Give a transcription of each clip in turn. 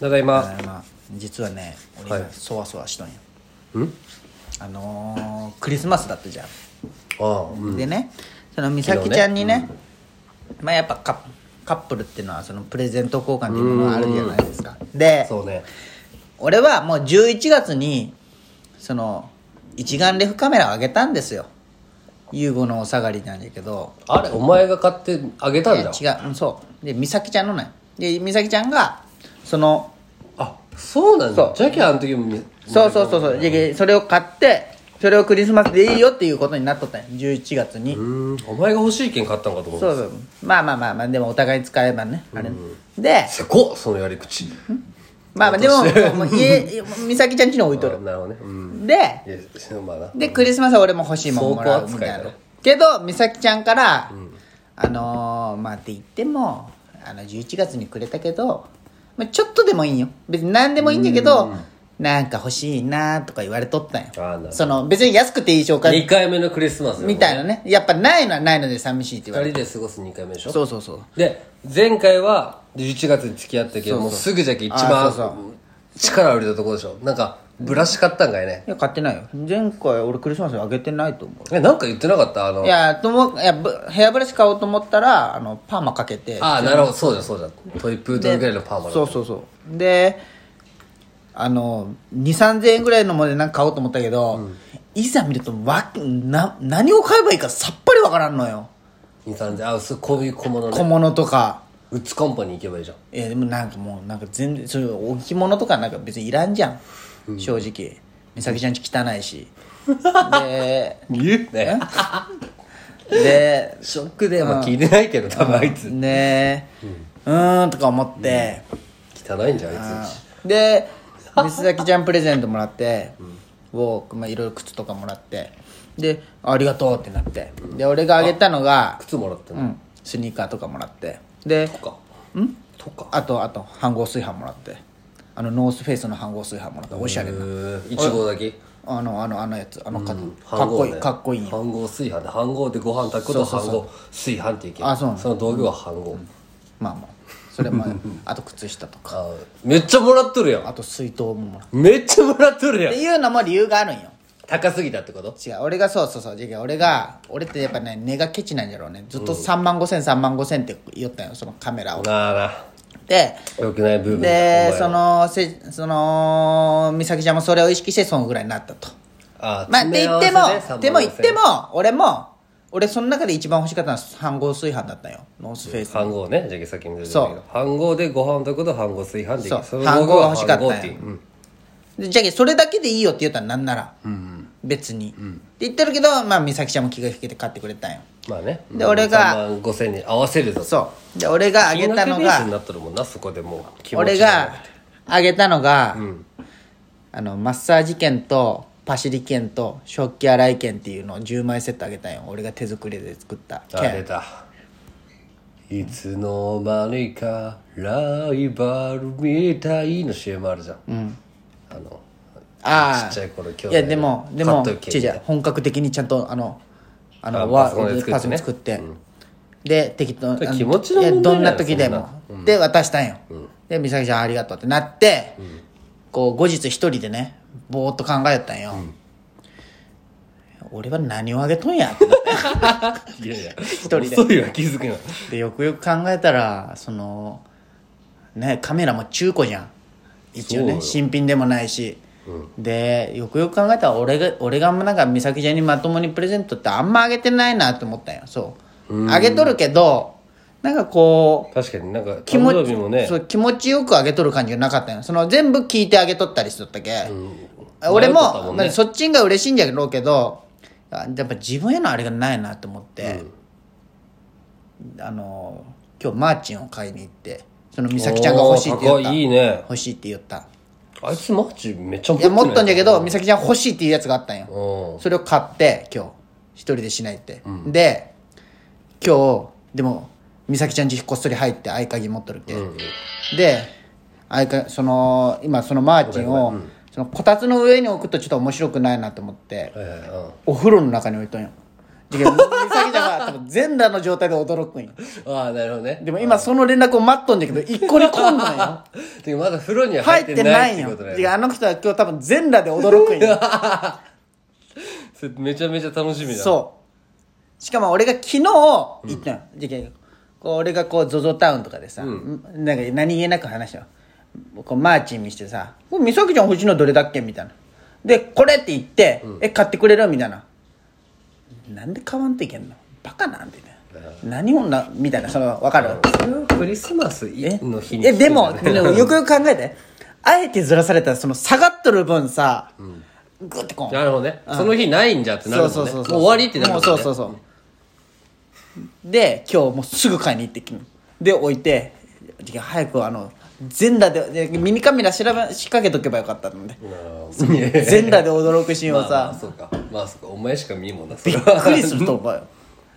ただいまあの実はね俺はい今そわそわしとんや、うんあのークリスマスだったじゃん、ああうんでねその美咲ちゃんにねまあやっぱカッカップルっていうのはそのプレゼント交換っていうものがあるじゃないですかでそうね俺はもう11月にその一眼レフカメラをあげたんですよ優吾のお下がりなんだけどあれお前が買ってあげたんだいや違ううんそうで美咲ちゃんのねで美咲ちゃんがそのあそうなんそだうじゃきゃあの時もそうそうそうそうでそれを買ってそれをクリスマスでいいよっていうことになっとったんよ11月に、うーんお前が欲しい券買ったんかと思そううそうまあまあまあまあでもお互い使えばねあれ、ですごっそのやり口まあまあでももう家美咲ちゃんちに置いとなるるほどねうんでいやまあなでクリスマスは俺も欲しいもんもらうみたい倉庫扱いだなろけど美咲ちゃんから、あのー、まあって言ってもあの11月にくれたけど、まあ、ちょっとでもいいんよ別に何でもいいんだけど、なんか欲しいなとか言われとったんあーなるほよどその別に安くていい紹2介回目のクリスマスだもんねみたいなねやっぱないのはないので寂しいって言わ2れて人で過ごす2回目でしょそうそうそうで前回は11月に付き合ったけどもうすぐじゃけ一あ番そうそ力を入れたところでしょなんかブラシ買ったんかいねいや買ってないよ前回俺クリスマスにあげてないと思うえなんか言ってなかったあのいやともいやぶヘアブラシ買おうと思ったらあのパーマかけてああなるほどそうじゃそうじゃトイプードルぐらいのパーマだそうそうそうであの23000円ぐらいのものでなんか買おうと思ったけど、いざ見るとわな何を買えばいいかさっぱりわからんのよ23であそうこういう小物小ね物とかウッズカンパニー行けばいいじゃんえでもなんかもうなんか全然そういう置物とかなんか別にいらんじゃん、正直美咲ちゃんち汚 いしで言うねでショックでまあ聞いてないけど多分あいつねうーんとか思って、汚いんじゃんあいつで美咲ちゃんプレゼントもらって、をまあ、いろいろ靴とかもらってでありがとうってなってで俺があげたのが、靴もらったうのん、スニーカーとかもらってでとかとかあとあと飯合炊飯もらってあのノースフェイスの飯合炊飯もらっておしゃれな一号だけあのあのあのやつあのか,、飯っこ盒いいねかっこいいよ飯盒炊飯で飯盒でご飯炊くことを飯盒炊飯っていけるあそうなのその道具は飯盒まあまあそ れもあと靴下とかあめっちゃもらっとるやんあと水筒ももらってめっちゃもらっとるやっんていうのも理由があるんよ高すぎたってこと違う俺がそうそうそう違う俺が俺ってやっぱね根がケチなんじゃろうねずっと3万5千3万5千って言ったよそのカメラをなあでなよくない部分だお前ではそのせその美咲ちゃんもそれを意識してそのぐらいになったとあまあって言ってもでも言ってもも俺も俺その中で一番欲しかったのは飯合炊飯だったよノースフェイス飯盒ねじゃあさっきも出てたけそうど飯盒でご飯炊くこと飯盒炊飯でいけそうるの道具飯盒がは欲しかったんや飯盒いううんでじゃあそれだけでいいよって言ったらなんなら、別に、って言ってるけど、まあ、美咲ちゃんも気が引けて買ってくれたんよまあねで俺3が万5千に合わせるぞそうで俺があげたの金額ベースがになっとるもんなそこでもう気持ち俺ながあげたのが、あのマッサージ券とパシリ券と食器洗い券っていうのを10枚セットあげたんよ俺が手作りで作ったあ出券たいつの間にかライバルみたいの CM あるじゃん、あのああちっちゃい頃兄弟いでやでもでも買っとけ違う違う本格的にちゃんとあのあのあわパソコンで作ってねパソコン作って、で適当れあの気持ちのいや問題どなんのな時でも、で渡したんよ、で美咲ちゃんありがとうってなって、こう後日一人でねぼーっと考えたんよ、俺は何をあげとんやってなっていやいや一人で遅いわ気づくのでよくよく考えたらそのねカメラも中古じゃん一応そうねよ新品でもないし、でよくよく考えたら俺が俺がなんか美咲ちゃんにまともにプレゼントってあんまあげてないなと思ったんよそうあげとるけどなんかこう確かになんか気持誕生日もねそう気持ちよくあげとる感じがなかったんよその全部聞いてあげとったりしとったけ、俺迷っとったももんねまあそっちんが嬉しいんじゃろうけどあやっぱ自分へのあれがないなと思って、あの今日マーチンを買いに行ってその美咲ちゃんが欲しいって言おっーた高いいいね欲しいって言ったあいつマッチめっちゃ持いや持っなとんじゃけど美咲ちゃん欲しいっていうやつがあったんようんそれを買って今日一人でしないって、で今日でも美咲ちゃん家こっそり入って合鍵持っとるけ、で合鍵その今そのマーチンを、そのこたつの上に置くとちょっと面白くないなと思って、ええうんお風呂の中に置いとんよで美咲ちゃんは多分全裸の状態で驚くんよああなるほどねでも今その連絡を待っとんだけど一個に来んのよてかまだ風呂には 入入っっててなないっいてこよとだよでねあの人は今日多分全裸で驚くんよそれめちゃめちゃ楽しみだそうしかも俺が昨日行ったの、でこう俺がこう ZOZO タウンとかでさ、なんか何気なく話したのこうマーチン見してさ「これ美咲ちゃん欲しいのどれだっけ?」みたいなで「これ」って言って「え買ってくれる?」みたいな「なんで買わんといけんのバカなんてね何をな」みたいなその分かる、それはクリスマスえの日にえでも でもよくよく考えてあえてずらされたらその下がっとる分さ、グッてこうなるほどねその日ないんじゃってなるもんねそうそうそうそうもう終わりってなるももうんそうそうねそう、で今日もうすぐ買いに行ってきるで置いて早くあの全裸ででミニカメラ調べ仕掛けとけばよかった のでいやいや 全裸で驚くシーンまをあまあさそうかまあそうかお前しか見んもんなそびれっはくりすると思うよ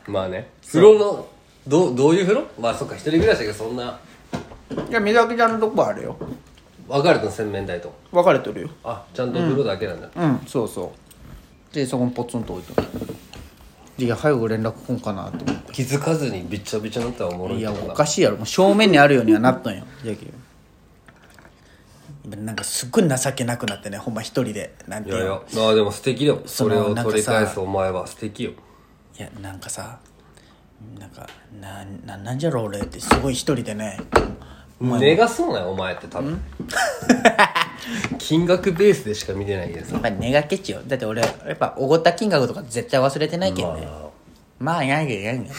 まあね風呂のどうどういう風呂まあそっか一人暮らしだけどそんないや美咲ちゃんのとこはあるよ別れたの洗面台と分かれてるよあちゃんと風呂だけなんだうんそうそうでそこにポツンと置いとるで早く連絡来んかなと思っ気づかずにびっちゃびちゃになったらおもろていいけやどおなかしいやろもう正面にあるようにはなっとんよやけどなんかすっごい情けなくなってねほんま一人でなんていいうやのいやまあでも素敵だよそそのれをなんか取りさ返すお前は素敵よいやなんかさなんかなななんじゃろ俺ってすごい一人でね寝がそうなんよお前って多分 金額ベースでしか見てないけどやさっぱ寝がけちよだって俺やっぱおごった金額とか絶対忘れてないけどねまあやんややんや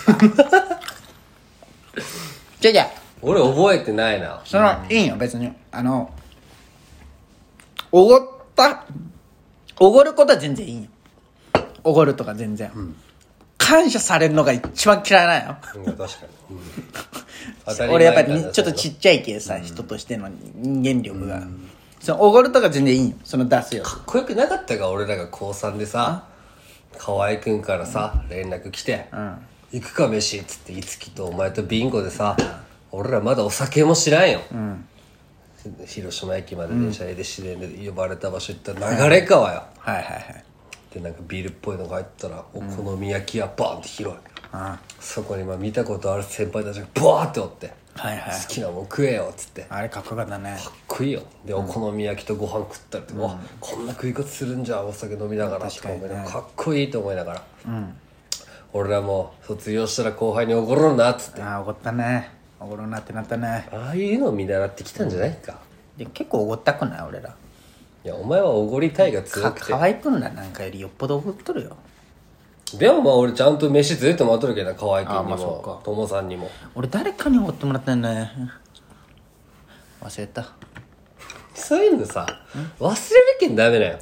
じゃあじゃあ俺覚えてないなその、いいんよ別にあのおごったおごることは全然いいんよおごるとか全然、感謝されるのが一番嫌いなのようん確かに、うん当たり前 俺やっぱりみたいねなちょっとちっちゃい系さ、人としての人間力が、そのおごるとか全然いいよその出すよかっこよくなかったが俺らが高3でさ河合くんからさ連絡来て「行くか飯」っつっていつきとお前とビンゴでさ俺らまだお酒も知らんよ広島駅まで電車で市電で呼ばれた場所行ったら流れ川よはいはいはいでなんかビールっぽいのが入ったらお好み焼き屋バーンって広いあそこにまあ見たことある先輩たちがバーっておってはいはい好きなもん食えよ」っつってあれかっこよかったねかっこいいよでお好み焼きとご飯食ったりとか、わこんな食い方するんじゃんお酒飲みながらとか思いながらかっこいいと思いながら、俺らも卒業したら後輩におごろうなっつってああおごったねおごるなってなったねああいうのを見習ってきたんじゃないか、で結構おごったくない俺らいやお前はおごりたいが強かく河合くんらなんかよりよっぽどおごっとるよてでもまあ俺ちゃんと飯ずっと回っとるけどな河合あ君にまあそもともさんにも俺誰かにおごってもらったんだね忘れたそういうのさ忘れるけんダメだよ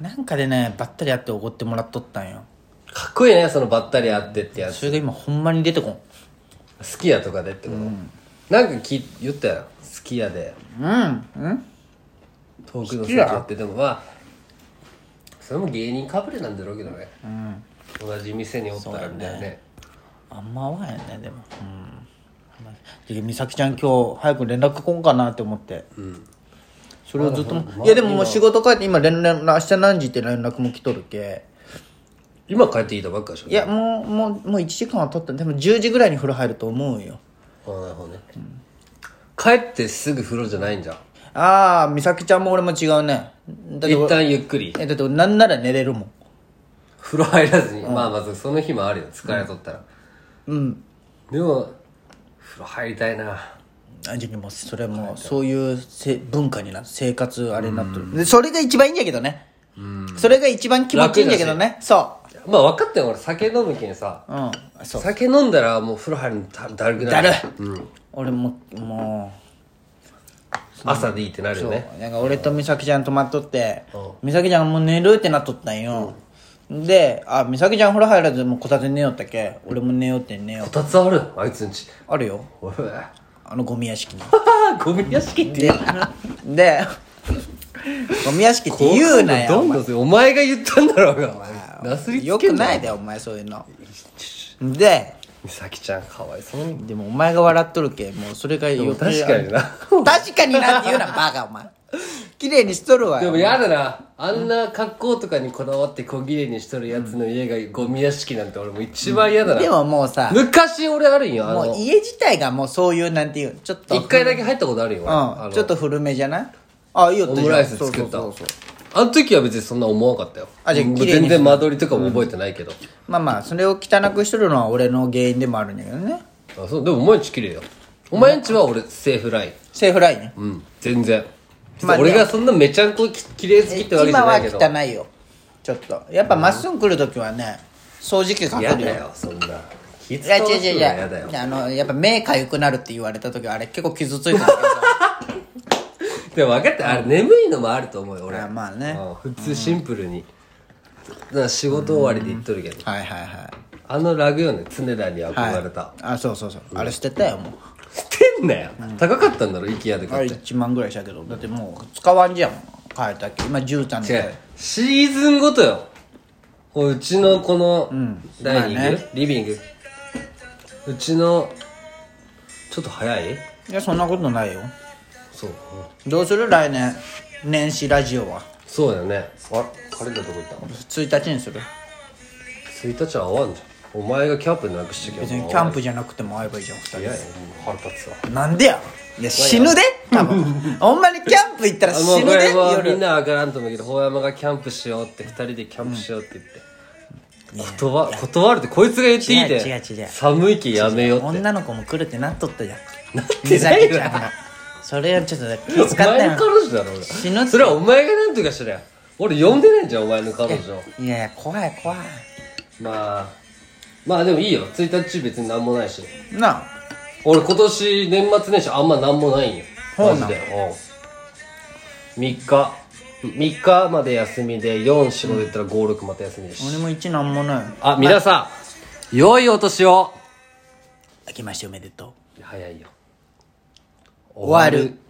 なんかでねばったり会っておごってもらっとったんよかっこいいねそのばったり会ってってやつそれが今ほんまに出てこん好きやとかでってこと、なんかき言ったやん好きやでうんうん遠くの先やってでもまあそれも芸人かぶれなんだろうけどね、同じ店におったらみたいなねあんま合わへんねでもうんで美咲ちゃん今日早く連絡来んかなって思ってそれをずっとも、いやでももう仕事帰って今連絡明日何時って連絡も来とるけ今帰ってきたばっかでしょいやもうもうもう1時間は経ったでも10時ぐらいに風呂入ると思うよあなるほどね、帰ってすぐ風呂じゃないんじゃんああ美咲ちゃんも俺も違うねだって一俺旦ゆっくりえだって俺なんなら寝れるもん風呂入らずに、まあまずその日もあるよ疲れとったらうんでも風呂入りたいなあじゃあもうそれもうそういうせ文化にな生活あれになってるでそれが一番いいんやけどねそれが一番気持ちいいんやけどねそまあ分かったよ俺酒飲むけんさううんそう酒飲んだらもう風呂入るのだだるくなだるる、俺もも朝でいいってなるうよねなんか俺と美咲ちゃん泊まっとって、美咲ちゃんもう寝るってなっとったんよ、であ美咲ちゃん風呂入らずもうこたつに寝よったけ俺も寝ようって寝ようこたつあるあいつんちあるよおいあのゴミ屋敷 にゴミ屋敷ってででゴミ屋敷って言うなよどんどんするお前が言ったんだろうがお前なすりよつけくんなないよだよお前そういうので美咲ちゃんかわいそうにでもお前が笑っとるけもうそれがよ確かにな確かになって言うなバカお前綺麗にしとるわでよも嫌だなあんな格好とかにこだわって小綺麗にしとるやつの家がゴミ屋敷なんて俺もう一番嫌だな、でももうさ昔俺あるんよあもうの家自体がもうそういうなんていうちょっと一回だけ入ったことあるよ、俺うあのんちょっと古めじゃないあいいよオムライス作ったそうそうそうそうあの時は別にそんな思わなかったよあじゃあもう綺麗に全然間取りとかも覚えてないけど、まあまあそれを汚くしとるのは俺の原因でもあるんだけどねあそうでもお前んち綺麗よお前んちは俺セーフラインセーフラインねうん全然、まあ俺がそんなめちゃんこき綺麗好きってわけじ今ゃなはいけど汚いよちょっとやっぱまっすぐ来るときはね掃除機かか嫌るよだよそんないや違う違う違う嫌だよあのやっぱ目かゆくなるって言われた時はあれ結構傷ついたんだけ でも分かってあれ眠いのもあると思うよ俺あまあねうん普通シンプルに、だから仕事終わりで行っとるけど、どはいはいはいあのラグよね常田に憧れた、あそうそうそうあれ捨てたよもう捨てんなよ、高かったんだろ IKEA であれ買って、 1万ぐらいしたけどだってもう使わんじゃん変えたっけ今絨毯違でうシーズンごとよこううちのこのダイニング、まあねリビングうちのちょっと早いいやそんなことないよそうどうする来年年始ラジオはそうだよねあカレンダーどこ行った1日にする1日は合わんじゃんお前がキャンプなくしてきゃ別にもうキャンプじゃなくても会えばいいじゃん2人早いよもう腹立つわなんでやいや死ぬで 多分ほんまにキャンプ行ったらあもう死こぬでれはみん夜なわからんと思うけど大山がキャンプしようって二人でキャンプしようって言って、断断るってこいつが言っていいで違う違う違う寒い気やめようって女の子も来るってなっとったじゃんて美ない咲よちゃんがそれをちょっと気お遣った前のよ彼女だろ俺死ぬってそれはお前がなんとかしらよ俺呼んでないじゃんお前の彼女をいやいや怖い怖いまあまあでもいいよ1日別になんもないしなあ俺今年年末年始あんまなんもないんよほうマなんジでうん3日3日まで休みで445で言ったら56また休みでし、俺も一なんもないあ皆さん良いお年を明けましておめでとう早いよ終わる